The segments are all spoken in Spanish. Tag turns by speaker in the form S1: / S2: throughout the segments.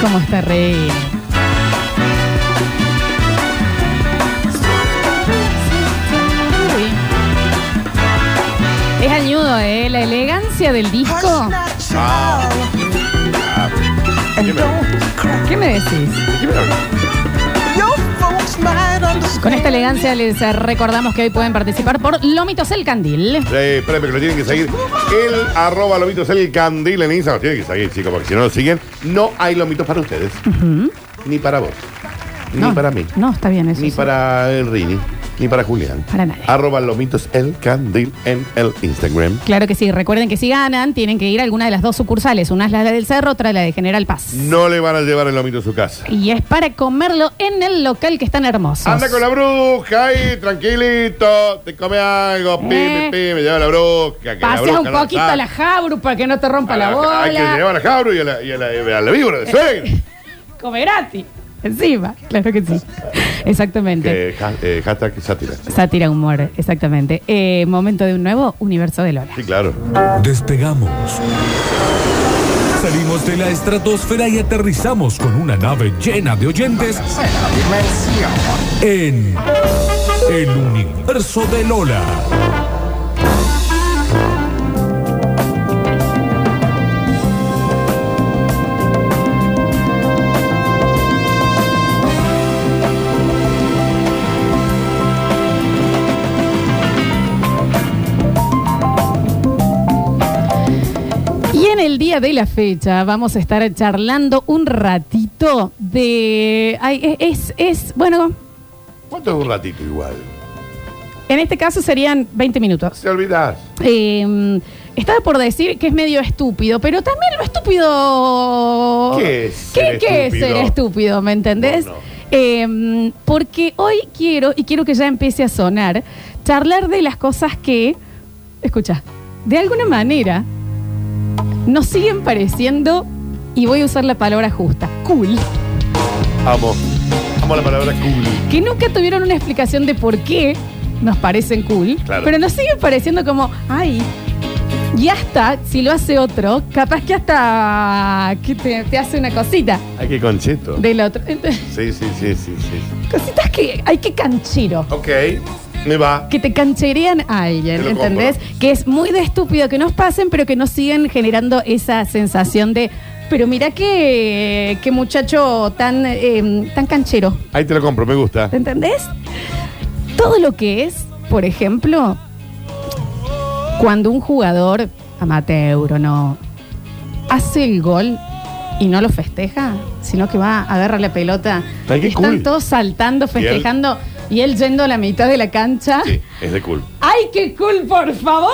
S1: cómo está reina. Uy. Es añudo, ¿eh? La elegancia del disco.
S2: Ah. Ah. ¿Qué me-
S1: ¿Qué me decís?
S2: qué me hablas?
S1: Con esta elegancia les eh, recordamos que hoy pueden participar por Lomitos el Candil.
S2: Eh, espérame, que lo tienen que seguir. El arroba lomitos, el candil en Instagram. Lo tienen que seguir, chicos, porque si no lo siguen, no hay lomitos para ustedes. Ni para vos. Ni
S1: No,
S2: para mí.
S1: No, está bien eso.
S2: Ni
S1: sí.
S2: para el Rini. Ni para Julián.
S1: Para nadie.
S2: Arroba lomitos, el candil en el Instagram.
S1: Claro que sí, recuerden que si ganan tienen que ir a alguna de las dos sucursales, una es la del Cerro, otra la de General Paz.
S2: No le van a llevar el lomito a su casa.
S1: Y es para comerlo en el local que están hermosos.
S2: Anda con la bruja ahí, tranquilito. Te come algo, pime,
S1: Eh.
S2: pime, lleva la bruja. que la
S1: Pasea
S2: bruja
S1: un
S2: no
S1: poquito
S2: sabe.
S1: a la jabru para que no te rompa
S2: A
S1: la,
S2: Hay que
S1: bola. Eh.
S2: llevar a la jabro y a la, y a la- y a la víbora de suegra.
S1: Come gratis. Encima, claro que sí. Exactamente.
S2: Que, ja- eh, hashtag sátira.
S1: Sátira humor, exactamente. Eh, momento de un nuevo universo de Lola.
S2: Sí, claro.
S3: Despegamos. Salimos de la estratosfera y aterrizamos con una nave llena de oyentes en el universo de Lola.
S1: Y en el día de la fecha vamos a estar charlando un ratito de. ay, es, es, es- bueno,
S2: ¿Cuánto es un ratito igual?
S1: en este caso serían 20 minutos.
S2: Se olvidás.
S1: Eh, estaba por decir que es medio estúpido, pero también lo estúpido.
S2: ¿Qué es
S1: ¿Qué,
S2: ser
S1: qué es
S2: estúpido?
S1: ser estúpido? ¿Me entendés?
S2: No, no.
S1: Eh, porque hoy quiero, y quiero que ya empiece a sonar, charlar de las cosas que, escucha, de alguna manera nos siguen pareciendo, y voy a usar la palabra justa, cool,
S2: Amo. Amo la palabra cool.
S1: que nunca tuvieron una explicación de por qué nos parecen cool,
S2: Claro.
S1: pero nos siguen pareciendo como, ay. Y hasta, si lo hace otro, capaz que hasta que te, te hace una cosita
S2: Hay que concheto.
S1: del otro. Entonces,
S2: Sí, sí, sí, sí, sí.
S1: Cositas que hay que canchero.
S2: Ok, me va.
S1: Que te cancherean a alguien,
S2: Te lo
S1: ¿entendés?
S2: compro.
S1: Que es muy de estúpido que nos pasen, pero que nos siguen generando esa sensación de. Pero mira qué, qué muchacho tan, eh, tan canchero.
S2: Ahí te lo compro, me gusta.
S1: ¿Te entendés? Todo lo que es, por ejemplo, cuando un jugador amateur o no hace el gol y no lo festeja, sino que va a agarrar la pelota.
S2: Ay, qué
S1: están
S2: cool.
S1: todos saltando,
S2: él-
S1: festejando y él, yendo a la mitad de la cancha.
S2: Sí, es de cool.
S1: ¡Ay, qué cool, por favor!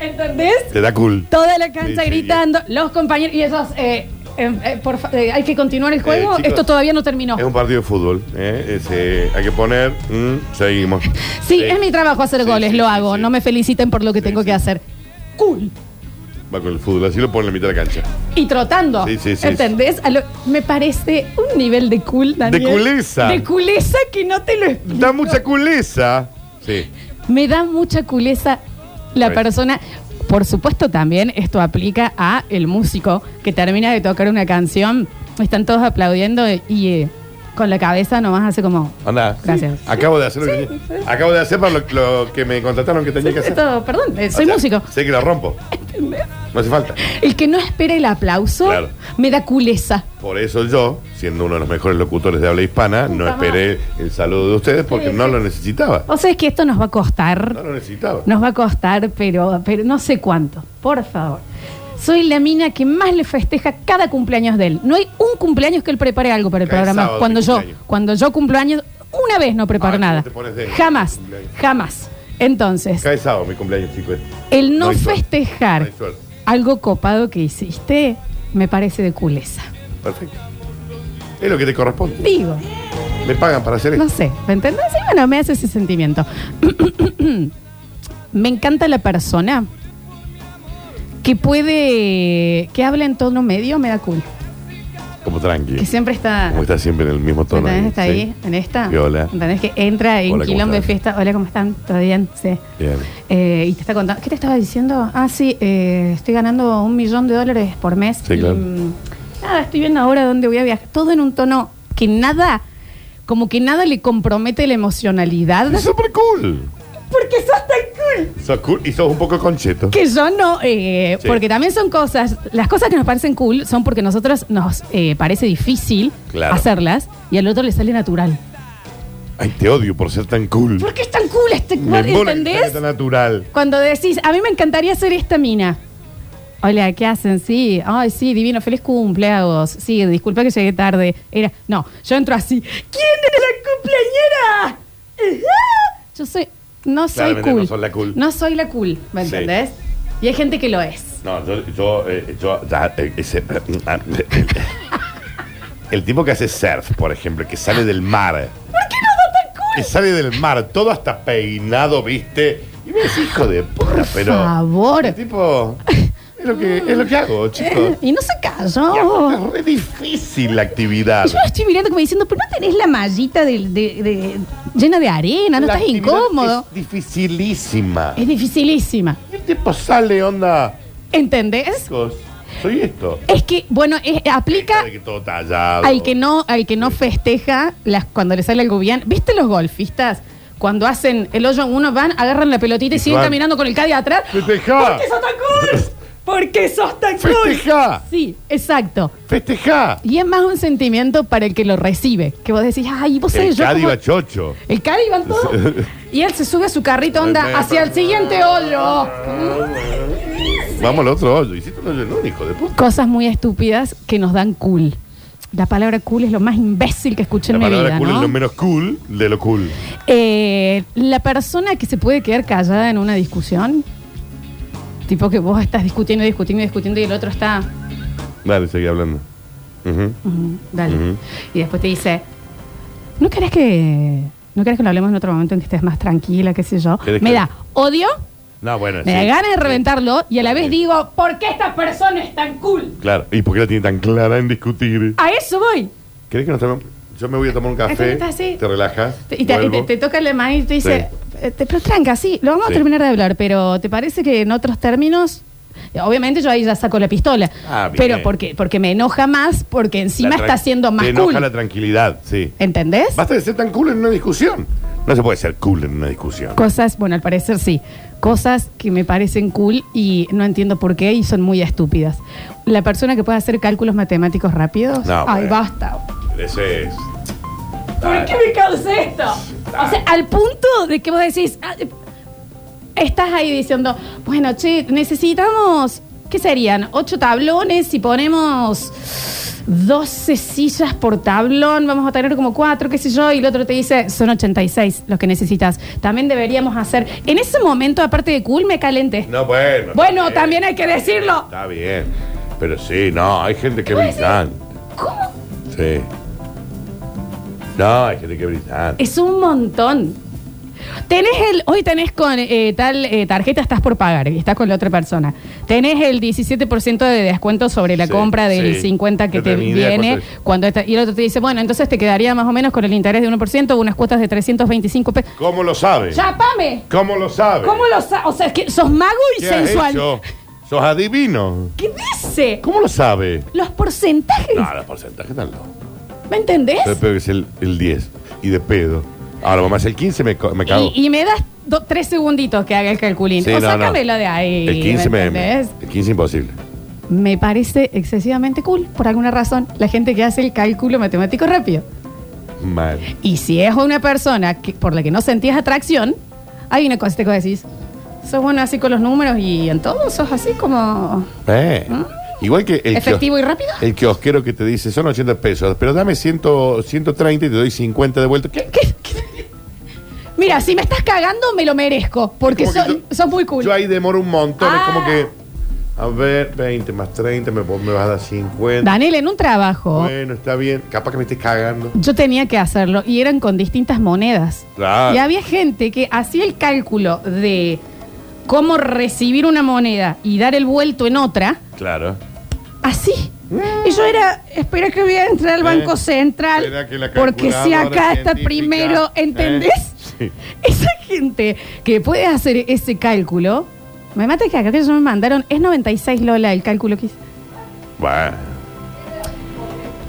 S1: ¿Entendés?
S2: Te da cool.
S1: Toda la cancha
S2: Sí, sí,
S1: gritando, los compañeros y esos. eh, eh, eh, por fa- eh, hay que continuar el juego.
S2: chicos,
S1: Esto todavía no terminó.
S2: Es un partido de fútbol. ¿eh? Es, eh, hay que poner. mm, seguimos.
S1: Sí, es mi trabajo hacer
S2: Sí,
S1: goles,
S2: sí,
S1: lo
S2: sí,
S1: hago.
S2: sí.
S1: No me feliciten por lo que
S2: Sí,
S1: tengo
S2: sí.
S1: que hacer. Cool.
S2: Va con el fútbol, así lo pone en la mitad de la cancha.
S1: Y trotando.
S2: Sí, sí, sí,
S1: ¿Entendés? A lo- me parece un nivel de cool, Daniel.
S2: De culeza.
S1: De culeza que no te lo explico.
S2: Da mucha culeza. Sí.
S1: Me da mucha culeza la
S2: Sí.
S1: persona. Por supuesto, también esto aplica a el músico que termina de tocar una canción. Están todos aplaudiendo y eh, con la cabeza nomás hace como.
S2: Anda.
S1: Gracias.
S2: Sí. Acabo de hacer lo que acabo de hacer para lo, lo que me contrataron que tenía que hacer.
S1: Esto, perdón, eh, soy
S2: O sea,
S1: músico.
S2: Sé que lo rompo. No hace falta.
S1: El que no espera el aplauso
S2: Claro.
S1: me da culeza.
S2: Por eso yo, siendo uno de los mejores locutores de habla hispana, no
S1: Puta
S2: esperé el saludo de ustedes porque
S1: Sí,
S2: no
S1: sí.
S2: lo necesitaba.
S1: O sea, es que esto nos va a
S2: No
S1: costar,
S2: lo necesitaba.
S1: nos va a costar, pero, pero no sé cuánto. Por favor. Soy la mina que más le festeja cada cumpleaños de él. No hay un cumpleaños que él prepare algo para el
S2: Cada
S1: programa.
S2: sábado
S1: Cuando
S2: es mi
S1: yo,
S2: cumpleaños.
S1: cuando yo cumplo años, una vez no preparo
S2: Ah, ¿cómo
S1: nada.
S2: te pones de-
S1: Jamás,
S2: de cumpleaños?
S1: jamás. Entonces,
S2: Cae sábado mi cumpleaños, chicos.
S1: el no,
S2: hay suerte. No
S1: festejar
S2: hay suerte.
S1: algo copado que hiciste me parece de culeza.
S2: Perfecto. Es lo que te corresponde.
S1: Digo.
S2: Me pagan para hacer
S1: No
S2: esto.
S1: sé, ¿me entendés? Sí, bueno, me hace ese sentimiento. me encanta la persona que puede, que habla en tono medio, me da cool.
S2: Como
S1: Que
S2: tranqui.
S1: siempre está,
S2: Como está siempre en el mismo tono.
S1: ¿entendés? Está ahí,
S2: Sí.
S1: en esta.
S2: Y hola.
S1: ¿Entendés? Que entra en
S2: Hola, ¿cómo
S1: quilombo de
S2: estás?
S1: fiesta. Hola, ¿cómo están? ¿Todo bien? Sí.
S2: Bien.
S1: Eh, y te está contando, ¿qué te estaba diciendo? Ah, sí, eh, estoy ganando un millón de dólares por mes.
S2: Sí, claro.
S1: Y, mm, nada, estoy viendo ahora dónde voy a viajar. Todo en un tono que nada, como que nada le compromete la emocionalidad.
S2: Es súper cool.
S1: Porque sos tan cool.
S2: Sos cool y sos un poco concheto.
S1: Que yo no, eh,
S2: Sí.
S1: porque también son cosas, las cosas que nos parecen cool son porque a nosotros nos eh, parece difícil
S2: Claro. Mm.
S1: hacerlas y al otro le sale natural.
S2: Ay, te odio por ser tan cool.
S1: ¿Por qué es tan cool este
S2: Me
S1: cuadro?
S2: mola que
S1: ¿Entendés?
S2: tan natural.
S1: Cuando decís, a mí me encantaría ser esta mina. Hola, ¿qué hacen? Sí, ay, sí, divino, feliz cumpleaños. Sí, disculpa que llegué tarde. Era, no, yo entro así. ¿Quién es la cumpleañera? Ajá. Yo soy, no soy
S2: Claramente
S1: cool.
S2: no sos la cool.
S1: No soy la cool, ¿me
S2: Sí.
S1: entendés? Y hay gente que lo es.
S2: No, yo, yo, eh, yo ya, eh, ese- el tipo que hace surf, por ejemplo, que sale del mar,
S1: ¿Por qué no da tan cool?
S2: que sale del mar, todo hasta peinado, viste, y me decís, hijo de puta, pero.
S1: favor.
S2: El tipo, es lo que, es lo que hago, chicos.
S1: Y no se calló.
S2: Y aparte Es re difícil la actividad.
S1: Yo lo estoy mirando como diciendo, pero no tenés la mallita del- de- de- llena de arena, no
S2: La
S1: estás
S2: actividad
S1: incómodo.
S2: Es dificilísima.
S1: Es dificilísima.
S2: Y el tipo sale, onda,
S1: ¿Entendés?
S2: chicos, soy esto.
S1: Es que, bueno, es- aplica
S2: Sale que todo tallado.
S1: al que no, al que no festeja las, cuando le sale algo bien. ¿Viste los golfistas? Cuando hacen el hoyo en uno, van, agarran la pelotita y,
S2: Y
S1: siguen
S2: van.
S1: caminando con el caddy atrás.
S2: Festejá.
S1: ¿Por qué sos tan cool? ¿Por qué sos tan cool?
S2: Festejá.
S1: Sí, exacto.
S2: Festejá.
S1: Y es más un sentimiento para el que lo recibe. Que vos decís, ay, vos
S2: El
S1: sabés yo
S2: Cádiz
S1: cómo-
S2: Bachocho.
S1: El Cari van todos. Y él se sube a su carrito,
S2: Ay,
S1: onda,
S2: me-
S1: hacia el siguiente hoyo.
S2: Vamos al otro hoyo. Hiciste un hoyo en un hijo de puta.
S1: Cosas muy estúpidas que nos dan cool. La palabra cool es lo más imbécil que escuché
S2: La
S1: en mi
S2: palabra
S1: vida,
S2: cool
S1: ¿no?
S2: es lo menos cool de lo cool.
S1: Eh, la persona que se puede quedar callada en una discusión, tipo que vos estás discutiendo, discutiendo, discutiendo y el otro está,
S2: Dale, seguí hablando. Ujú.
S1: "Mm, dale.
S2: Ujú.
S1: Y después te dice, ¿no querés que no querés que lo hablemos en otro momento en que estés más tranquila, qué sé yo?
S2: ¿Querés
S1: Me
S2: que-
S1: da odio,
S2: No, bueno.
S1: me da
S2: sí.
S1: ganas de reventarlo y a la vez
S2: Sí.
S1: digo, ¿por qué esta persona es tan cool?
S2: Claro. ¿Y por qué la tiene tan clara en discutir?
S1: A eso voy.
S2: ¿Querés que nos tomemos? Yo me voy a tomar un café.
S1: Estás así.
S2: Te relajas.
S1: Y te, y
S2: vuelvo.
S1: te- te toca la mano y te dice, eh, te, pero tranca, sí, lo vamos
S2: Sí.
S1: a terminar de hablar, pero ¿te parece que en otros términos? Obviamente yo ahí ya saco la pistola,
S2: Ah, bien.
S1: pero porque, porque me enoja más, porque encima
S2: La
S1: está
S2: tran-
S1: siendo más
S2: Te enoja
S1: cool.
S2: la tranquilidad, sí.
S1: ¿Entendés?
S2: Basta de ser tan cool en una discusión. No se puede ser cool en una discusión.
S1: Cosas, bueno, al parecer sí, cosas que me parecen cool y no entiendo por qué y son muy estúpidas. La persona que puede hacer cálculos matemáticos rápidos,
S2: No,
S1: ay,
S2: bueno.
S1: basta.
S2: Ese es.
S1: ¿Por qué me causa esto? O sea, al punto de que vos decís, ah, eh, estás ahí diciendo, bueno, che, necesitamos, ¿qué serían? Ocho tablones y ponemos 12 sillas por tablón, vamos a tener como cuatro, qué sé yo, y el otro te dice, son 86 los que necesitas. También deberíamos hacer, en ese momento, aparte de cool, me calenté.
S2: No, bueno.
S1: bueno,
S2: está bien.
S1: también hay que decirlo. Pues
S2: Está bien. Pero sí, no, hay gente que
S1: ¿Qué voy a decir?
S2: brillante.
S1: ¿Cómo?
S2: Sí. No, hay gente que brillante.
S1: Es un montón. Tenés el, hoy tenés con eh, tal eh, tarjeta, estás por pagar y estás con la otra persona. Tenés el 17% de descuento sobre la
S2: Sí,
S1: compra del
S2: sí.
S1: 50 que
S2: No
S1: te
S2: tenía ni idea
S1: viene.
S2: cuánto es.
S1: cuando está- Y el otro te dice, bueno, entonces te quedaría más o menos con el interés de 1%, unas cuotas de 325 pesos.
S2: ¿Cómo lo sabe?
S1: ¡Chapame!
S2: ¿Cómo lo sabe?
S1: ¿Cómo lo sa- O sea, es que sos mago y
S2: ¿Qué has
S1: sensual.
S2: hecho? ¿Sos adivino?
S1: ¿Qué dice?
S2: ¿Cómo lo sabe?
S1: Los porcentajes.
S2: No, los porcentajes están locos.
S1: ¿Me entendés?
S2: Yo pedo que es el, el 10. Y de pedo. Ahora, mamá, es el 15, me, co- me cago.
S1: Y, y me das do- tres segunditos que haga el calculín.
S2: Sí,
S1: o
S2: no, no.
S1: sácamelo de ahí.
S2: el 15 me, me-
S1: entendés?
S2: El 15 imposible.
S1: Me parece excesivamente cool, por alguna razón, la gente que hace el cálculo matemático rápido.
S2: Mal.
S1: Y si es una persona que, por la que no sentías atracción, hay una cosa que vos decís, sos bueno así con los números y en todo, sos así como...
S2: Eh. Igual que el
S1: ¿Ah? ¿Efectivo
S2: kios-
S1: y rápido?
S2: El kiosquero que te dice, son 80 pesos, pero dame 100, 130 y te doy 50 de vuelta. ¿Qué?
S1: ¿Qué- qué? Mira, si me estás cagando, me lo merezco, porque
S2: Como que
S1: son,
S2: yo-
S1: son muy cool.
S2: Yo ahí demoro un montón. Es como
S1: Ah.
S2: que, a ver, 20 más 30, me, pon- me vas a dar 50.
S1: Daniel, en un trabajo,
S2: Bueno, está bien. Capaz que me estés cagando.
S1: yo tenía que hacerlo y eran con distintas monedas.
S2: Claro.
S1: Y había gente que hacía el cálculo de cómo recibir una moneda y dar el vuelto en otra.
S2: Claro.
S1: Así. Y yo era, espera que voy a entrar al
S2: Eh,
S1: Banco Central,
S2: espera que la
S1: porque si acá
S2: calculadora
S1: está
S2: científica,
S1: primero,
S2: eh,
S1: ¿entendés?
S2: sí.
S1: Esa gente que puede hacer ese cálculo, me mata que acá que ellos me mandaron, es 96 Lola el cálculo que hice.
S2: Bueno.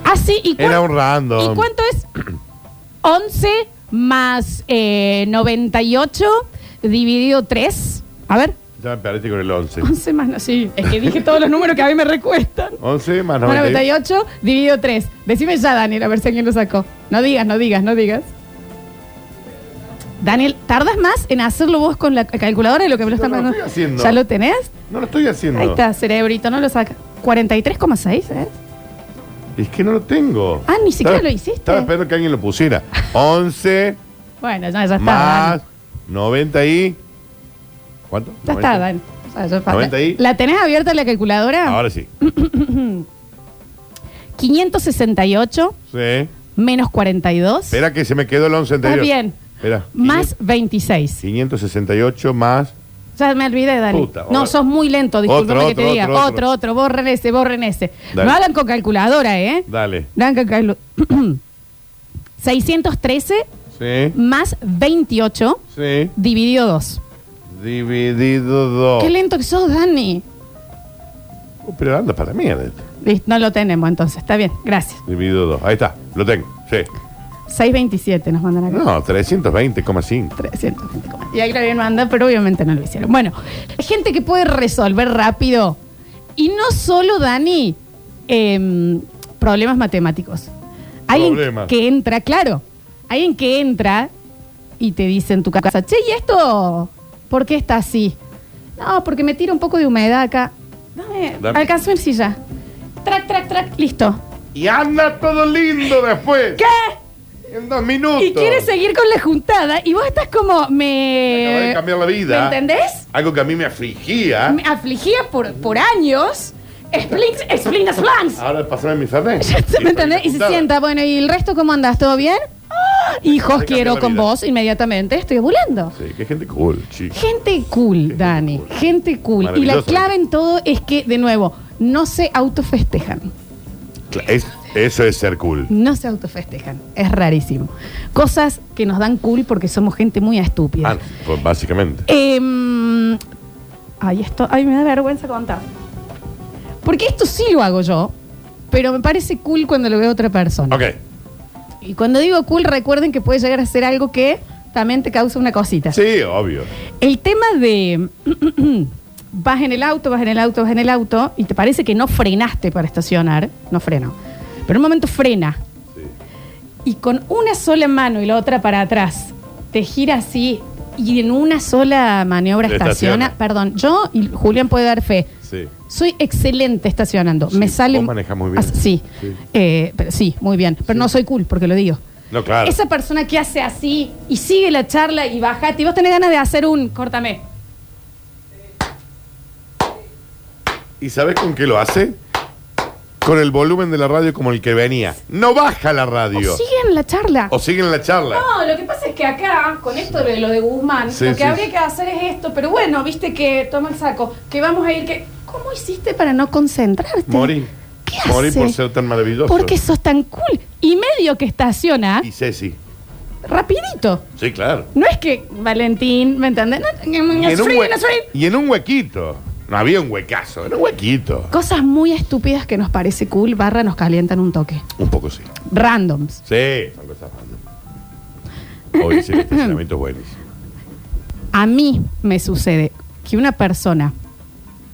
S1: Así y cuan-
S2: Era un random.
S1: ¿Y cuánto es? 11 más eh, 98 dividido 3. A ver,
S2: Ya me perdiste con el 11.
S1: 11 más. No, sí, es que dije todos los números que a mí me recuestan.
S2: 11 más
S1: Más
S2: 98.
S1: 98 dividido 3. Decime ya, Daniel, a ver si alguien lo sacó. No digas, no digas, no digas. Daniel, tardas más en hacerlo vos con la calculadora de lo que me lo
S2: No
S1: estás
S2: lo
S1: mandando.
S2: estoy haciendo.
S1: ¿Ya lo tenés?
S2: No lo estoy haciendo.
S1: Ahí está, cerebrito, no lo saca. 43,6, ¿eh?
S2: Es que no lo tengo.
S1: Ah, ni siquiera
S2: Estaba-
S1: lo hiciste.
S2: Estaba esperando que alguien lo pusiera. 11
S1: Bueno, ya, ya está.
S2: más
S1: Dani.
S2: 90 y. ¿Cuánto?
S1: Ya
S2: 90.
S1: está, Dan. O sea, yo-
S2: 90 y-
S1: ¿La tenés abierta la calculadora?
S2: Ahora sí.
S1: Mm. 568
S2: Sí.
S1: menos 42
S2: Espera que se me quedó el 11 anterior.
S1: bien.
S2: Espera.
S1: más 26.
S2: 568 más.
S1: Ya me olvidé, Dani.
S2: Puta,
S1: no,
S2: ahora-
S1: sos muy lento, disculpame
S2: Otro,
S1: que te
S2: otro,
S1: diga. Otro
S2: otro,
S1: otro.
S2: otro.
S1: borren ese, borren ese.
S2: Dale.
S1: No hablan con calculadora, ¿eh?
S2: Dale.
S1: Hablan con calcu- 613
S2: Sí.
S1: más 28
S2: Sí.
S1: dividido 2.
S2: Dividido 2.
S1: Qué lento que sos, Dani.
S2: Uh, Pero anda para mí. anda.
S1: Listo, no lo tenemos entonces, está bien, gracias.
S2: Dividido 2. Ahí está. Lo tengo. Sí.
S1: 627 nos mandan acá.
S2: No, 320,5.
S1: 320 comas. Y ahí lo habían mandado, pero obviamente no lo hicieron. Bueno, gente que puede resolver rápido. Y no solo, Dani, em, problemas matemáticos. Alguien
S2: Problemas.
S1: que entra, claro. Alguien que entra y te dice en tu casa, che, ¿y esto? ¿Por qué está así? No, porque me tira un poco de humedad acá. Dame,
S2: Dame.
S1: alcanzame el silla. Track, track, track, listo.
S2: Y anda todo lindo después.
S1: ¿Qué?
S2: En dos minutos.
S1: Y quieres seguir con la juntada y vos estás como, me...
S2: Me acaba de cambiar la vida.
S1: ¿Me entendés?
S2: Algo que a mí me afligía.
S1: me afligía por, por años. Splints, splints, splints.
S2: Ahora pasame mi fernet.
S1: ¿Me entendés? Y se sienta, bueno, ¿y el resto cómo andas? ¿Todo bien? Ah, hijos,
S2: Te cambió
S1: quiero
S2: la
S1: con
S2: vida.
S1: vos inmediatamente. Estoy volando.
S2: Sí, qué gente cool, chicos.
S1: Gente cool, Dani.
S2: cool.
S1: Gente cool. Y la
S2: Maravilloso.
S1: clave en todo es que, de nuevo, no se autofestejan.
S2: eso es ser cool.
S1: No se autofestejan. Es rarísimo. Cosas que nos dan cool porque somos gente muy estúpida.
S2: Ah, pues básicamente.
S1: Em, ay, esto, ay, me da vergüenza contar. Porque esto sí lo hago yo, pero me parece cool cuando lo veo a otra persona.
S2: Ok.
S1: Y cuando digo cool, recuerden que puede llegar a ser algo que también te causa una cosita.
S2: Sí, obvio.
S1: El tema de vas en el auto, vas en el auto, vas en el auto, y te parece que no frenaste para estacionar, no freno. Pero en un momento frena.
S2: Sí.
S1: Y con una sola mano y la otra para atrás, te gira así y en una sola maniobra
S2: Estaciona.
S1: estaciona. Perdón, yo y Julián puede dar fe.
S2: Sí.
S1: Soy excelente estacionando.
S2: Sí,
S1: Me sale.
S2: vos manejás muy bien.
S1: Ah, sí.
S2: Sí.
S1: Eh, pero sí, muy bien. Pero no soy cool porque lo digo.
S2: No, claro.
S1: Esa persona que hace así y sigue la charla y bajate y vos tenés ganas de hacer un córtame.
S2: ¿Y sabes con qué lo hace? Con el volumen de la radio como el que venía. No baja la
S1: O
S2: radio.
S1: siguen la charla.
S2: O siguen la charla.
S1: ¿Oh, No, lo que pasa es que acá, con esto de lo de Guzmán,
S2: Sí,
S1: lo que
S2: sí.
S1: habría que hacer es esto, pero bueno, viste que toma el saco, que vamos a ir que. ¿Cómo hiciste para no concentrarte?
S2: Morí.
S1: ¿Qué
S2: Morí
S1: hace?
S2: por ser tan maravilloso.
S1: Porque sos tan cool. Y medio que estaciona,
S2: Y Ceci.
S1: rapidito.
S2: Sí, claro.
S1: No es que Valentín, ¿me entendés? No,
S2: Y
S1: es
S2: en, un
S1: free,
S2: hue-
S1: no es free.
S2: y en un huequito. No había un huecazo, era un huequito.
S1: Cosas muy estúpidas que nos parece cool, barra nos calientan un toque.
S2: Un poco sí.
S1: Randoms.
S2: Sí, son cosas random. Hoy sí, el estacionamiento es buenísimo.
S1: A mí me sucede que una persona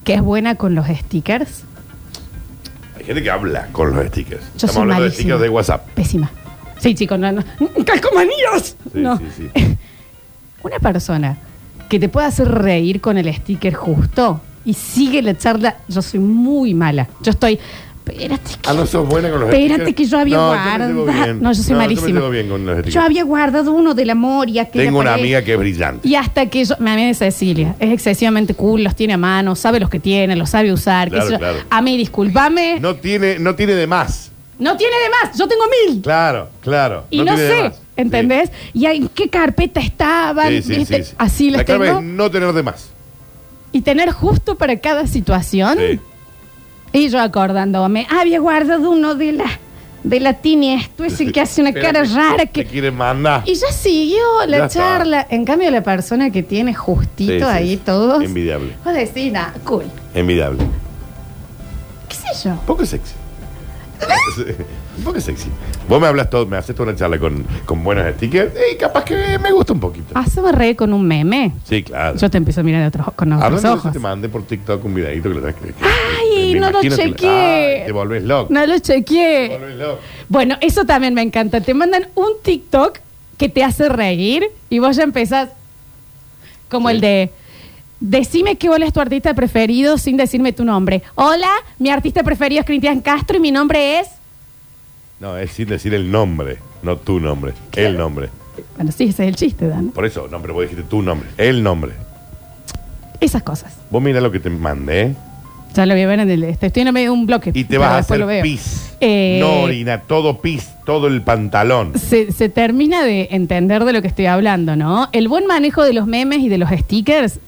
S1: que es buena con los stickers,
S2: Hay gente que habla con los stickers.
S1: Yo
S2: Estamos
S1: soy
S2: hablando de
S1: malísima.
S2: stickers de WhatsApp.
S1: Pésima. Sí, chicos, no, no. ¡Calcomanías!
S2: Sí,
S1: no.
S2: sí, sí.
S1: Una persona que te pueda hacer reír con el sticker justo y sigue la charla, yo soy muy mala. Yo estoy. Espérate que.
S2: Ah, no sos buena con los
S1: Espérate
S2: stickers.
S1: que yo había
S2: no,
S1: guardado.
S2: Yo me llevo bien.
S1: no, yo soy malísima.
S2: Yo me llevo bien con los
S1: Yo
S2: stickers.
S1: había guardado uno de la Moria. Que
S2: Tengo
S1: era
S2: una
S1: para él.
S2: amiga que es brillante.
S1: Y hasta que yo, mi amiga es Cecilia, es excesivamente cool, los tiene a mano, sabe los que tiene, los sabe usar. qué
S2: Claro,
S1: sé yo.
S2: claro.
S1: A mí, discúlpame, no.
S2: No tiene, no tiene de más.
S1: tiene de más, yo tengo mil.
S2: Claro, claro.
S1: Y no,
S2: tiene de
S1: sé,
S2: más.
S1: ¿entendés? ¿Y en qué carpeta estaban?
S2: Sí, sí,
S1: ¿viste?
S2: sí, sí.
S1: Así
S2: La
S1: las
S2: clave
S1: tengo.
S2: es no tener de más.
S1: Y tener justo para cada situación.
S2: Sí.
S1: Y yo acordándome, "Ah, había guardado uno de la, de la tini, esto es el que hace una cara
S2: Espérate,
S1: rara
S2: Te
S1: que...
S2: quieren mandar.
S1: Y ya siguió la
S2: Ya está.
S1: charla. En cambio, la persona que tiene justito
S2: Sí, sí,
S1: ahí
S2: sí.
S1: todos...
S2: Envidiable.
S1: Vos decís, nah, cool.
S2: Envidiable.
S1: ¿Qué sé yo?
S2: Poco sexy. Un poco sexy. Vos me hablas todo, me haces toda una charla con, con buenos stickers y capaz que me gusta un poquito.
S1: Hace barré con un meme.
S2: Sí, claro.
S1: Ah. Yo te empiezo a mirar de otros, con otros
S2: Hablando de eso,
S1: ojos.
S2: te mandé por TikTok un videito que lo tenés que- que-
S1: Ay,
S2: me
S1: no lo
S2: imagino que lo-
S1: chequeé.
S2: Ay, Te volvés loco.
S1: No lo
S2: Te
S1: chequeé.
S2: volvés loco.
S1: Bueno, eso también me encanta. Te mandan un TikTok que te hace reír y vos ya empezás como
S2: Sí.
S1: el de decime qué bola es tu artista preferido sin decirme tu nombre. Hola, mi artista preferido es Cristian Castro y mi nombre es...
S2: No, es sin decir el nombre, no tu nombre, el nombre.
S1: Bueno, sí, ese es el chiste, Dan.
S2: Por eso, nombre, vos dijiste tu nombre, el nombre.
S1: Esas cosas.
S2: Vos mira lo que te mandé ¿eh?
S1: Ya lo voy a ver en el... este, Estoy en medio de un bloque.
S2: y te
S1: pero
S2: vas a
S1: después
S2: hacer
S1: lo veo.
S2: pis.
S1: Eh,
S2: No orina, todo pis, todo el pantalón.
S1: se, se termina de entender de lo que estoy hablando, ¿no? El buen manejo de los memes y de los stickers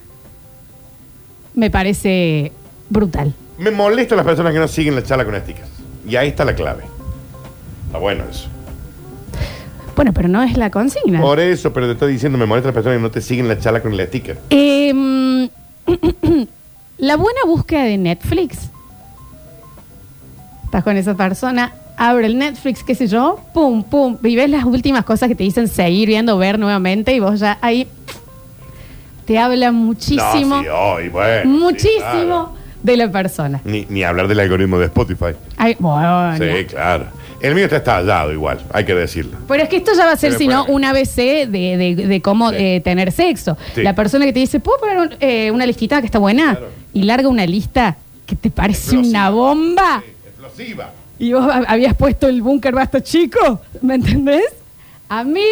S1: me parece brutal.
S2: Me molestan las personas que no siguen la charla con stickers. Y ahí está la clave. Está bueno eso.
S1: Bueno, pero no es la consigna.
S2: Por eso, pero te estoy diciendo, me molestan las personas que no te siguen la charla con el sticker.
S1: Em, la buena búsqueda de Netflix. Estás con esa persona, abre el Netflix, qué sé yo, pum, pum, y ves las últimas cosas que te dicen seguir viendo, ver nuevamente, y vos ya ahí te habla muchísimo.
S2: No, sí, hoy, bueno, sí,
S1: muchísimo
S2: claro.
S1: de la persona.
S2: Ni, ni hablar del algoritmo de Spotify.
S1: Ay, bueno.
S2: Sí, claro. El mío está estallado igual, hay que decirlo.
S1: Pero es que esto ya va a ser,
S2: Pero
S1: si no,
S2: bueno.
S1: un ABC de, de- de cómo
S2: Sí.
S1: eh, tener sexo.
S2: Sí.
S1: La persona que te dice, ¿puedo poner un- eh, una listita que está buena?
S2: Claro.
S1: Y larga una lista que te parece
S2: Explosiva.
S1: una bomba.
S2: Sí, Explosiva.
S1: Y vos hab- habías puesto el búnker basta chico, ¿me entendés? A mí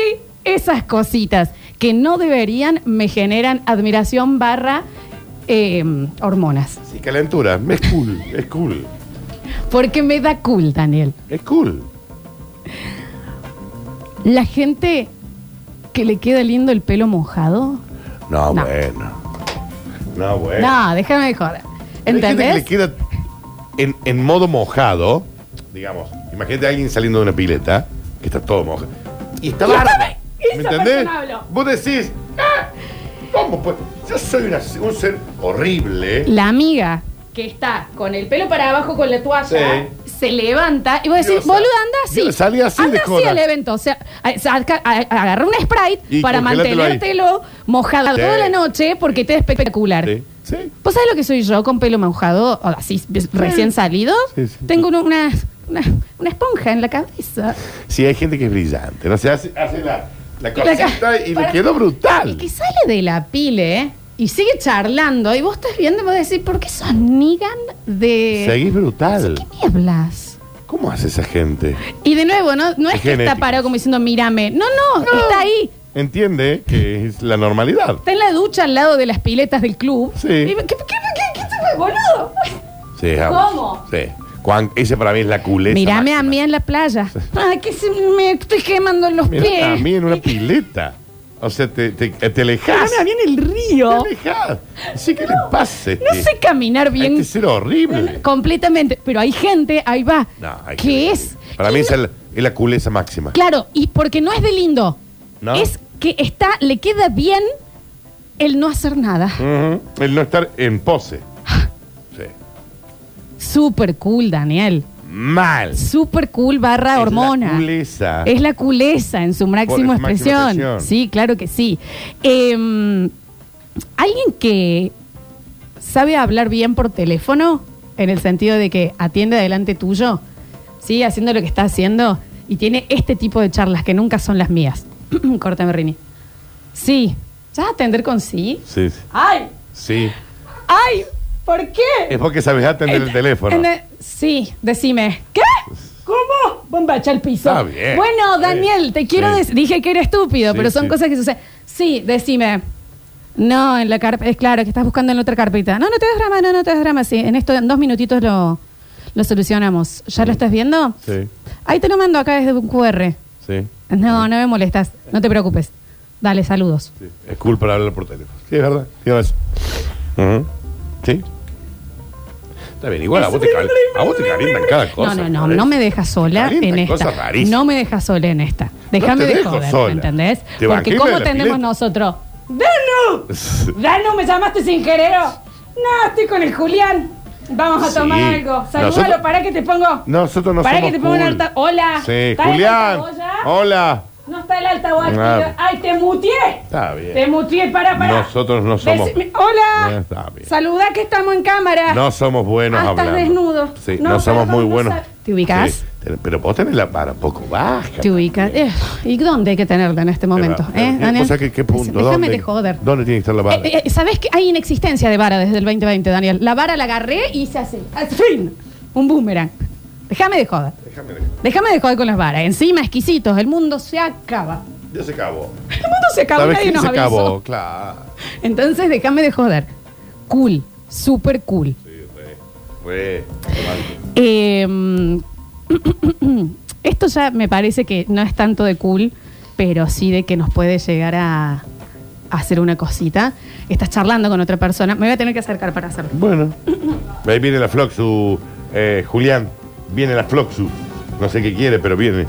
S1: esas cositas que no deberían me generan admiración barra eh, hormonas.
S2: Sí, calentura. Es cool, es cool.
S1: Porque me da cool, Daniel.
S2: Es cool.
S1: La gente que le queda lindo el pelo mojado.
S2: No,
S1: No.
S2: bueno. No, bueno.
S1: No, déjame de joder.
S2: Eh. Hay gente que
S1: ¿Entendés?
S2: le queda en, en modo mojado, digamos. Imagínate a alguien saliendo de una pileta que está todo mojado. Y está barba.
S1: esa
S2: ¿Me entendés?
S1: persona habló.
S2: Vos decís, "Ah, ¿cómo? Pues yo soy una- un ser horrible.
S1: La amiga que está con el pelo para abajo con la toalla se levanta y vos decís,
S2: Diosa.
S1: boludo, anda así.
S2: Diosa, salí así de
S1: anda así
S2: joda.
S1: al evento. O sea, a- saca- a- agarra un sprite
S2: Y
S1: para
S2: congélátelo ahí.
S1: mantenértelo mojado
S2: Sí.
S1: toda la noche porque te es espectacular.
S2: Sí, sí.
S1: ¿Vos sabés lo que soy yo con pelo mojado, o así recién salido?
S2: Sí, sí.
S1: Tengo una, una, una- una esponja en la cabeza.
S2: Sí, hay gente que es brillante. No sé, hace, hace la, la
S1: La ca-
S2: cosita y le
S1: para-
S2: quedó brutal.
S1: El que sale de la pile ¿eh? y sigue charlando y vos estás viendo y vos decís, ¿por qué sos Negan de
S2: Seguís brutal.
S1: ¿Qué nieblas?
S2: ¿Cómo hace esa gente?
S1: Y de nuevo, no, no es,
S2: Es
S1: que está
S2: genético.
S1: parado como diciendo, mírame. No, no, está ahí.
S2: Entiende que es la normalidad.
S1: Está en la ducha al lado de las piletas del club.
S2: Sí.
S1: Y- ¿Qué, qué, qué, qué- qué se fue, boludo?
S2: Sí, ah,
S1: ¿Cómo?
S2: Sí. Juan, ese para mí es la culeza.
S1: Mírame a
S2: máxima.
S1: mí en la playa. Ay, que se me estoy quemando los pies.
S2: Mira, a mí en una pileta. O sea, te, te, te alejas.
S1: Mírame a mí en el
S2: Te
S1: río.
S2: alejas. Así que le pase.
S1: No sé caminar
S2: Hay
S1: bien
S2: que ser horrible.
S1: completamente, pero hay gente, ahí va,
S2: No, hay
S1: que
S2: ser
S1: es...
S2: horrible. Para mí
S1: y
S2: es,
S1: no-
S2: el- es la culeza máxima.
S1: Claro, y porque no es de lindo.
S2: No.
S1: Es que está, le queda bien el no hacer nada.
S2: Ujú. El no estar en pose.
S1: Ah.
S2: Sí.
S1: Super cool, Daniel.
S2: Mal.
S1: Super cool barra
S2: Es
S1: hormona.
S2: la culeza.
S1: Es la culeza en su máxima
S2: Ah. Por- en su máxima
S1: expresión.
S2: expresión.
S1: Sí, claro que sí. Em, Alguien que sabe hablar bien por teléfono, en el sentido de que atiende adelante tuyo, sigue haciendo lo que está haciendo y tiene este tipo de charlas que nunca son las mías. Córtame, Rini. Sí. ¿Ya vas a atender con sí?
S2: Sí, sí.
S1: ¡Ay!
S2: Sí.
S1: ¡Ay! ¿Por qué?
S2: Es porque sabes atender el teléfono.
S1: En el- sí, decime. ¿Qué? ¿Cómo? Bombacha al piso.
S2: Está bien.
S1: Bueno,
S2: Sí.
S1: Daniel, te quiero
S2: Sí.
S1: decir. Dije que era estúpido,
S2: Sí,
S1: pero son
S2: sí.
S1: cosas que suceden. Sí, decime. No, en la carpeta. Es claro que estás buscando en la otra carpeta. No, no te das drama, no, no te das drama. Sí, en esto, en dos minutitos lo, lo solucionamos. ¿Ya lo estás viendo?
S2: Sí.
S1: Ahí te lo mando acá desde un QR.
S2: Sí.
S1: No, no me molestas. No te preocupes. Dale, saludos.
S2: Sí. Es cool para hablar por teléfono. Sí, es verdad. Tiene razón. Ujú. Sí. Está bien, igual a vos, te cal- a vos te calientan cada cosa.
S1: no, no, no,
S2: Florencia.
S1: no me dejas sola
S2: Calientan
S1: en esta.
S2: cosas rarísimas.
S1: No me dejas sola en esta. Déjame
S2: te
S1: de
S2: dejo
S1: joder,
S2: sola.
S1: ¿me entendés?
S2: Te banqué
S1: Porque
S2: la
S1: ¿cómo
S2: de la
S1: tendemos
S2: pileta.
S1: nosotros? ¡Danu! ¡Danu, me llamaste sin querer! No, estoy con el Julián. Vamos a
S2: Sí.
S1: tomar algo. Salúdalo,
S2: Nosotros-
S1: para que te pongo.
S2: Nosotros no
S1: Para
S2: somos
S1: que te pongo un
S2: cool.
S1: alta. Hola.
S2: Sí,
S1: ¿Está el
S2: Julián.
S1: altavoz ya?
S2: Hola.
S1: No está el altavoz aquí.
S2: Ah.
S1: Ay, te muteé.
S2: Está
S1: Te
S2: bien.
S1: muteé, para, para.
S2: Nosotros no somos- Eh,
S1: Decime- hola.
S2: Está bien.
S1: Saludá que estamos en cámara.
S2: No somos buenos
S1: Ah, estás
S2: hablando.
S1: desnudo.
S2: Sí,
S1: No,
S2: no, somos
S1: perdón,
S2: muy
S1: no
S2: buenos.
S1: sab- ¿Te ubicás?
S2: Sí, te- Pero vos tenés la para poco baja.
S1: Te ubicas. Eh, ¿Y dónde hay que tenerla en este momento?
S2: Pero,
S1: ¿Eh,
S2: pero,
S1: Daniel?
S2: O sea, ¿qué, qué punto?
S1: Déjame
S2: ¿Dónde-
S1: de joder.
S2: ¿Dónde tiene que estar la vara?
S1: Eh, eh, ¿Sabes que hay inexistencia de vara desde el 2020, Daniel? La vara la agarré y se hace. ¡al fin! Un boomerang. Déjame de joder.
S2: Déjame ver.
S1: Déjame de joder con las varas. Encima, exquisitos. El mundo se acaba.
S2: Ya se acabó.
S1: El mundo se acaba.
S2: ¿Sabes
S1: Nadie
S2: qué
S1: nos
S2: se
S1: avisó.
S2: acabó? Claro.
S1: Entonces, déjame de joder. Cool. Super cool.
S2: Sí, re, re, re.
S1: Eh, esto ya me parece que no es tanto de cool, pero sí de que nos puede llegar a, a hacer una cosita. Estás charlando con otra persona. Me voy a tener que acercar para hacerlo.
S2: Bueno. Ahí viene la Floxu, eh, Julián. Viene la Floxu. No sé qué quiere, pero viene.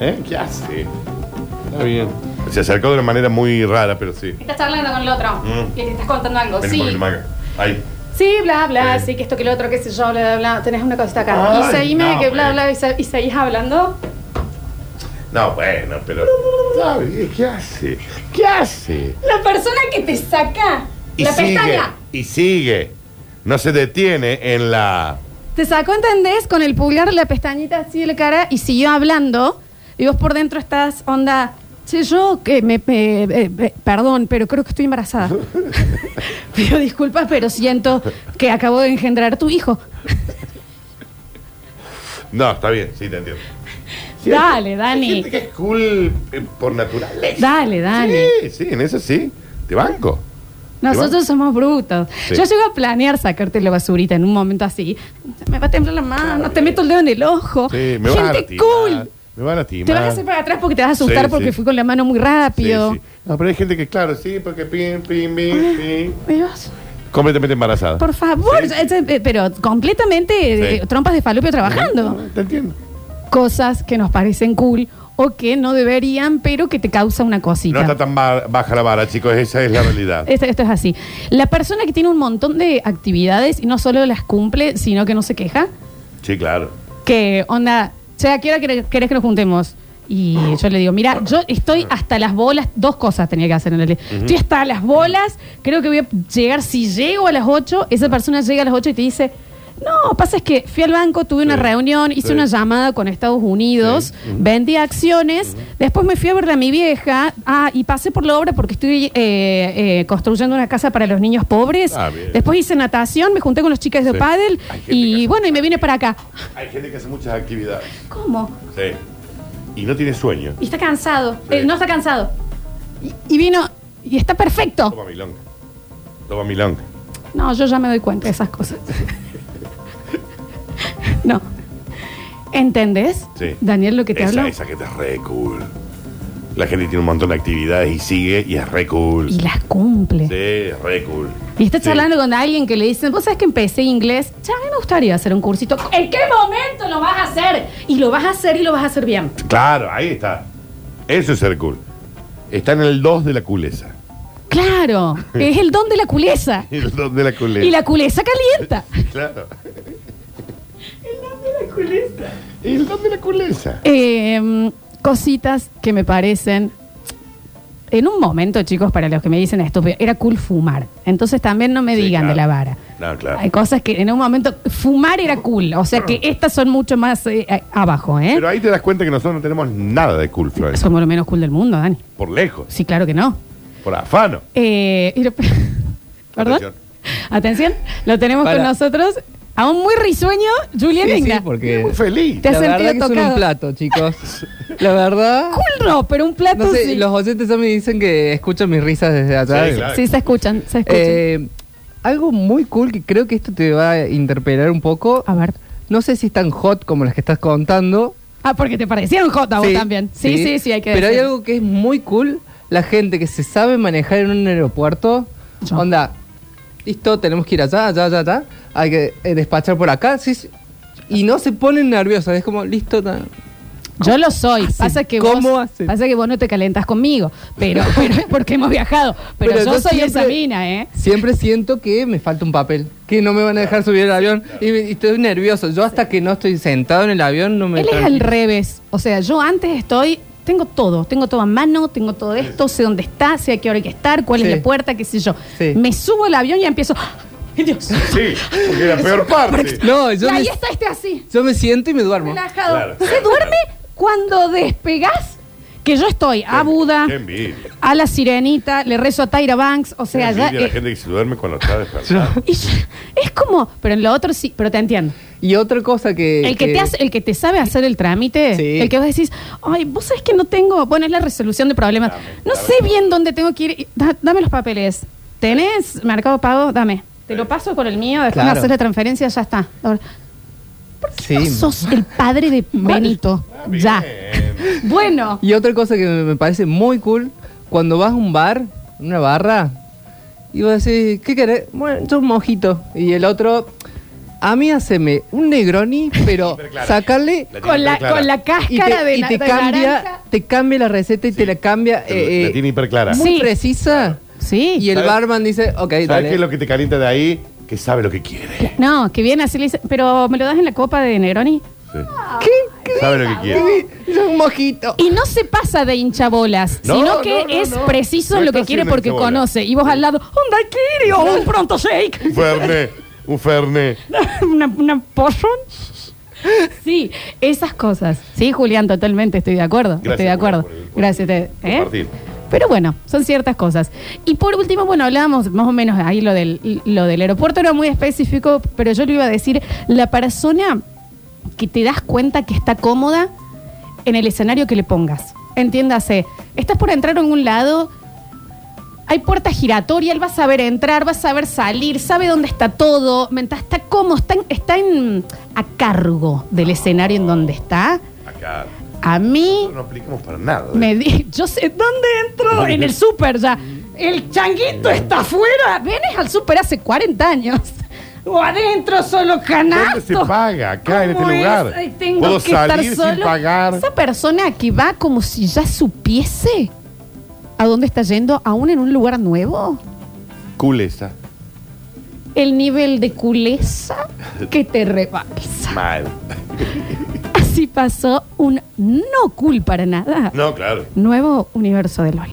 S2: ¿Eh? ¿Qué hace? Está bien. Se acercó de una manera muy rara, pero sí.
S1: Estás charlando con el otro.
S2: Mm.
S1: Que te estás contando algo.
S2: Vení
S1: sí.
S2: por el manga. Ahí.
S1: Sí, bla, bla,
S2: Sí.
S1: sí, que esto, que lo otro, qué sé yo, bla, bla, bla. Tenés una cosita acá.
S2: Ay,
S1: y seguime,
S2: no,
S1: que bla,
S2: güey.
S1: bla, y, se- y seguís hablando.
S2: No, bueno, pero. Está bien, ¿Qué hace? ¿Qué hace?
S1: La persona que te saca
S2: Y
S1: la
S2: sigue.
S1: pestaña.
S2: Y sigue. No se detiene en la.
S1: Te sacó, ¿entendés? Con el pulgar la pestañita así de la cara y siguió hablando. Y vos por dentro estás, onda, che, yo que me, me- eh, eh, perdón, pero creo que estoy embarazada. Pido disculpas, pero siento que acabo de engendrar tu hijo.
S2: No, está bien, sí, te entiendo. Sí,
S1: Dale,
S2: hay-
S1: Dani.
S2: Hay gente que es cool eh, por naturaleza.
S1: Dale, dale.
S2: Sí, sí, en eso sí. Te banco.
S1: Nosotros somos brutos.
S2: Sí.
S1: Yo llego a planear sacarte la basurita en un momento así. Me va a temblar la mano, te meto el dedo en el ojo.
S2: Sí, me van a
S1: Oh, Gente
S2: lastimar.
S1: cool.
S2: Me van a lastimar.
S1: Te vas a hacer para atrás porque te vas a asustar
S2: Sí,
S1: porque
S2: sí.
S1: fui con la mano muy
S2: Sí,
S1: rápido.
S2: sí. No, pero hay gente que, claro, sí, porque pim, pim, pim, pim.
S1: Dios.
S2: Completamente embarazada.
S1: Por favor,
S2: Sí.
S1: ese- eh, pero completamente eh,
S2: Sí.
S1: eh, trompas de falopio trabajando.
S2: Ah, Te entiendo.
S1: Cosas que nos parecen cool o que no deberían, pero que te causa una
S2: No
S1: cosita.
S2: está tan ba- baja la vara, chicos, esa es la realidad.
S1: esto, esto es así. La persona que tiene un montón de actividades y no solo las cumple, sino que no se queja,
S2: Sí, claro.
S1: que onda, che, ¿a qué hora querés querés que nos juntemos? Y yo le digo, mira, yo estoy hasta las bolas, dos cosas tenía que hacer en el día. Estoy hasta las bolas, creo que voy a llegar, si llego a las 8, esa persona llega a las 8 y te dice, no, pasa es que fui al banco, tuve una
S2: Sí,
S1: reunión, hice
S2: sí.
S1: una llamada con Estados Unidos, vendí acciones, después me fui a verla a mi vieja, ah, y pasé por la obra porque estoy eh, eh, construyendo una casa para los niños pobres,
S2: Ah, bien.
S1: después hice natación, me junté con los chicas de
S2: Sí.
S1: pádel,
S2: Hay gente que
S1: y
S2: hace
S1: bueno, y me vine para acá.
S2: Hay gente que hace muchas actividades.
S1: ¿Cómo?
S2: Sí. Y no tiene sueño.
S1: Y está cansado.
S2: Sí.
S1: Eh, no está cansado. Y, y vino. Y está perfecto.
S2: Toma milonga. Toma milonga.
S1: No, yo ya me doy cuenta de esas cosas. no. ¿Entendés?
S2: Sí.
S1: Daniel, lo que te
S2: esa,
S1: hablo.
S2: esa que te es re cool. La gente tiene un montón de actividades y sigue y es re cool.
S1: Y las cumple.
S2: Sí, es re cool.
S1: Y estás
S2: Sí.
S1: charlando con alguien que le dicen, vos sabés que empecé inglés, ya a mí me gustaría hacer un cursito. ¿En qué momento lo vas a hacer? Y lo vas a hacer y lo vas a hacer bien.
S2: Claro, ahí está. Eso es ser cool. Está en el 2 de la culeza.
S1: Claro, es el don de la culeza.
S2: El 2 de la culeza.
S1: Y la culeza calienta.
S2: Claro. El 2 de la culeza.
S1: Eh, cositas que me parecen. En un momento, chicos, para los que me dicen esto, era cool fumar. Entonces también no me
S2: Sí,
S1: digan
S2: claro.
S1: de la vara.
S2: No, claro.
S1: Hay cosas que en un momento. Fumar era cool. O sea que estas son mucho más eh, eh, abajo, ¿eh?
S2: Pero ahí te das cuenta que nosotros no tenemos nada de cool, Flores.
S1: Somos lo menos cool del mundo, Dani.
S2: Por lejos,
S1: Sí, claro que no.
S2: por afano.
S1: Eh, y lo- ¿Perdón? Atención.
S2: Atención.
S1: Lo tenemos
S4: Para.
S1: con nosotros. A un muy risueño, Julián
S4: Sí, sí,
S1: Igna.
S4: porque
S2: Muy feliz.
S1: Te- has
S4: la verdad
S1: sentido
S4: que son
S1: tocado.
S4: un plato, chicos. La verdad,
S1: Cool no, pero un plato
S4: no sé,
S1: sí.
S4: los oyentes ya me dicen que escuchan mis risas desde allá.
S2: Sí, claro.
S1: Sí, se escuchan, se escuchan.
S4: Eh, algo muy cool que creo que esto te va a interpelar un poco.
S1: A ver.
S4: No sé si es tan hot como las que estás contando.
S1: Ah, porque te parecieron hot a vos también. Sí, sí, sí, hay que
S4: Pero hay
S1: decir.
S4: algo que es muy cool, la gente que se sabe manejar en un aeropuerto.
S1: Yo.
S4: Onda, listo, tenemos que ir allá, allá, allá, allá. Hay que eh, despachar por acá. sí, sí. y no se ponen nerviosos, es como, listo, ta-
S1: Yo lo soy. Pasa que,
S4: ¿Cómo
S1: vos,
S4: hacen?
S1: pasa que vos no te calentas conmigo, pero, pero porque hemos viajado. Pero, yo, soy esa
S4: siempre-
S1: mina, ¿eh?
S4: Siempre siento que me falta un papel, que no me van a dejar subir al avión y, me- y estoy nervioso. Yo hasta que no estoy sentado en el avión no me...
S1: Él es al revés. O sea, yo antes estoy, tengo todo, tengo todo a mano, tengo todo esto, sé dónde está, sé a qué hora hay que estar, cuál es
S4: Sí.
S1: la puerta, qué sé yo.
S4: Sí.
S1: Me subo al avión y empiezo. ¡Ay, Dios!
S2: Sí, porque la peor parte.
S4: No, yo
S1: Y
S4: me,
S1: ahí está este así,
S4: yo me siento y me duermo.
S1: relajado.
S2: Claro.
S1: Se duerme cuando despegas que yo estoy a Ah, Buda,
S2: Qué envidia.
S1: a la sirenita, le rezo a Tyra Banks, o
S2: Qué
S1: sea, ya.
S2: envidia la
S1: eh,
S2: gente que se duerme cuando está despertada.
S1: y yo- es como, pero en lo otro sí, pero te entiendo.
S4: Y otra cosa que...
S1: El que, te hace- el que te sabe hacer el trámite,
S4: Sí.
S1: el que vos decís, ay, vos sabés que no tengo, bueno, es la resolución de problemas. No sé bien dónde tengo que ir. Da- dame los papeles. ¿Tenés mercado pago? Dame. Te lo paso por el mío, después
S4: Claro.
S1: de hacer la transferencia, ya está. Ahora, ¿Por qué
S4: Sí.
S1: no sos el padre de Benito?
S2: Ah, Bien.
S1: ya. Bueno,
S4: Y otra cosa que me me parece muy cool, cuando vas a un bar, una barra, y vos decís, ¿qué querés? Bueno, yo un mojito. Y el otro, a mí haceme un negroni, pero
S2: Pero claro.
S4: sacarle...
S2: La tiene
S1: con la,
S2: hiperclara.
S1: con la
S4: Y
S1: cáscara
S4: te,
S1: de,
S4: y
S1: na-
S4: te
S1: de
S4: cambia,
S1: naranja.
S4: te cambia la receta y te la cambia eh,
S2: La
S4: eh,
S2: tiene hiperclara.
S1: Sí.
S4: muy precisa.
S1: Sí.
S4: Y el
S2: ¿Sabes?
S4: barman dice, ok,
S2: ¿Sabes qué es
S4: dale.
S2: lo que te calienta de ahí? Que sabe lo que quiere.
S1: No, que viene así le dice, pero ¿me lo das en la copa de Negroni?
S2: Sí.
S4: ¿Qué? ¿Qué?
S2: Sabe lo que quiere.
S4: Es un mojito.
S1: Y no se pasa de hinchabolas,
S2: No,
S1: sino que
S2: no, no,
S1: es
S2: no.
S1: preciso
S2: No
S1: lo
S2: está
S1: que quiere
S2: haciendo
S1: porque
S2: hinchabolas.
S1: conoce. Y vos al lado, un daiquiri o un pronto shake,
S2: Un ferné, un ferné.
S1: una, una porción. Sí, esas cosas. Sí, Julián, totalmente estoy de acuerdo.
S2: Gracias,
S1: estoy de
S2: Julián,
S1: acuerdo.
S2: por el- por
S1: Gracias. te-
S2: por
S1: ¿eh?
S2: compartir.
S1: Pero bueno, son ciertas cosas. Y por último, bueno, hablábamos más o menos ahí lo del, lo del aeropuerto, era muy específico, pero yo le iba a decir, la persona que te das cuenta que está cómoda en el escenario que le pongas. Entiéndase, estás por entrar a algún lado, hay puerta giratoria, él va a saber entrar, va a saber salir, sabe dónde está todo, mientras está cómodo, está, en- está en, a cargo del escenario en donde está.
S2: Acá.
S1: A mí
S2: No nos aplicamos para nada.
S1: me di, yo sé dónde entro en el súper ya. El changuito está afuera. Vienes al súper hace 40 años. O adentro solo
S2: ¿Dónde
S1: canastos.
S2: se paga? Acá, en este
S1: ¿Cómo es?
S2: lugar.
S1: Ay, tengo
S2: Puedo
S1: que estar
S2: salir sin
S1: solo.
S2: pagar.
S1: Esa persona que va como si ya supiese a dónde está yendo, aún en un lugar nuevo.
S2: Culeza.
S1: El nivel de culeza que te rebalsa.
S2: Mal.
S1: Así pasó un no cool para nada.
S2: No, claro.
S1: Nuevo universo de LOL.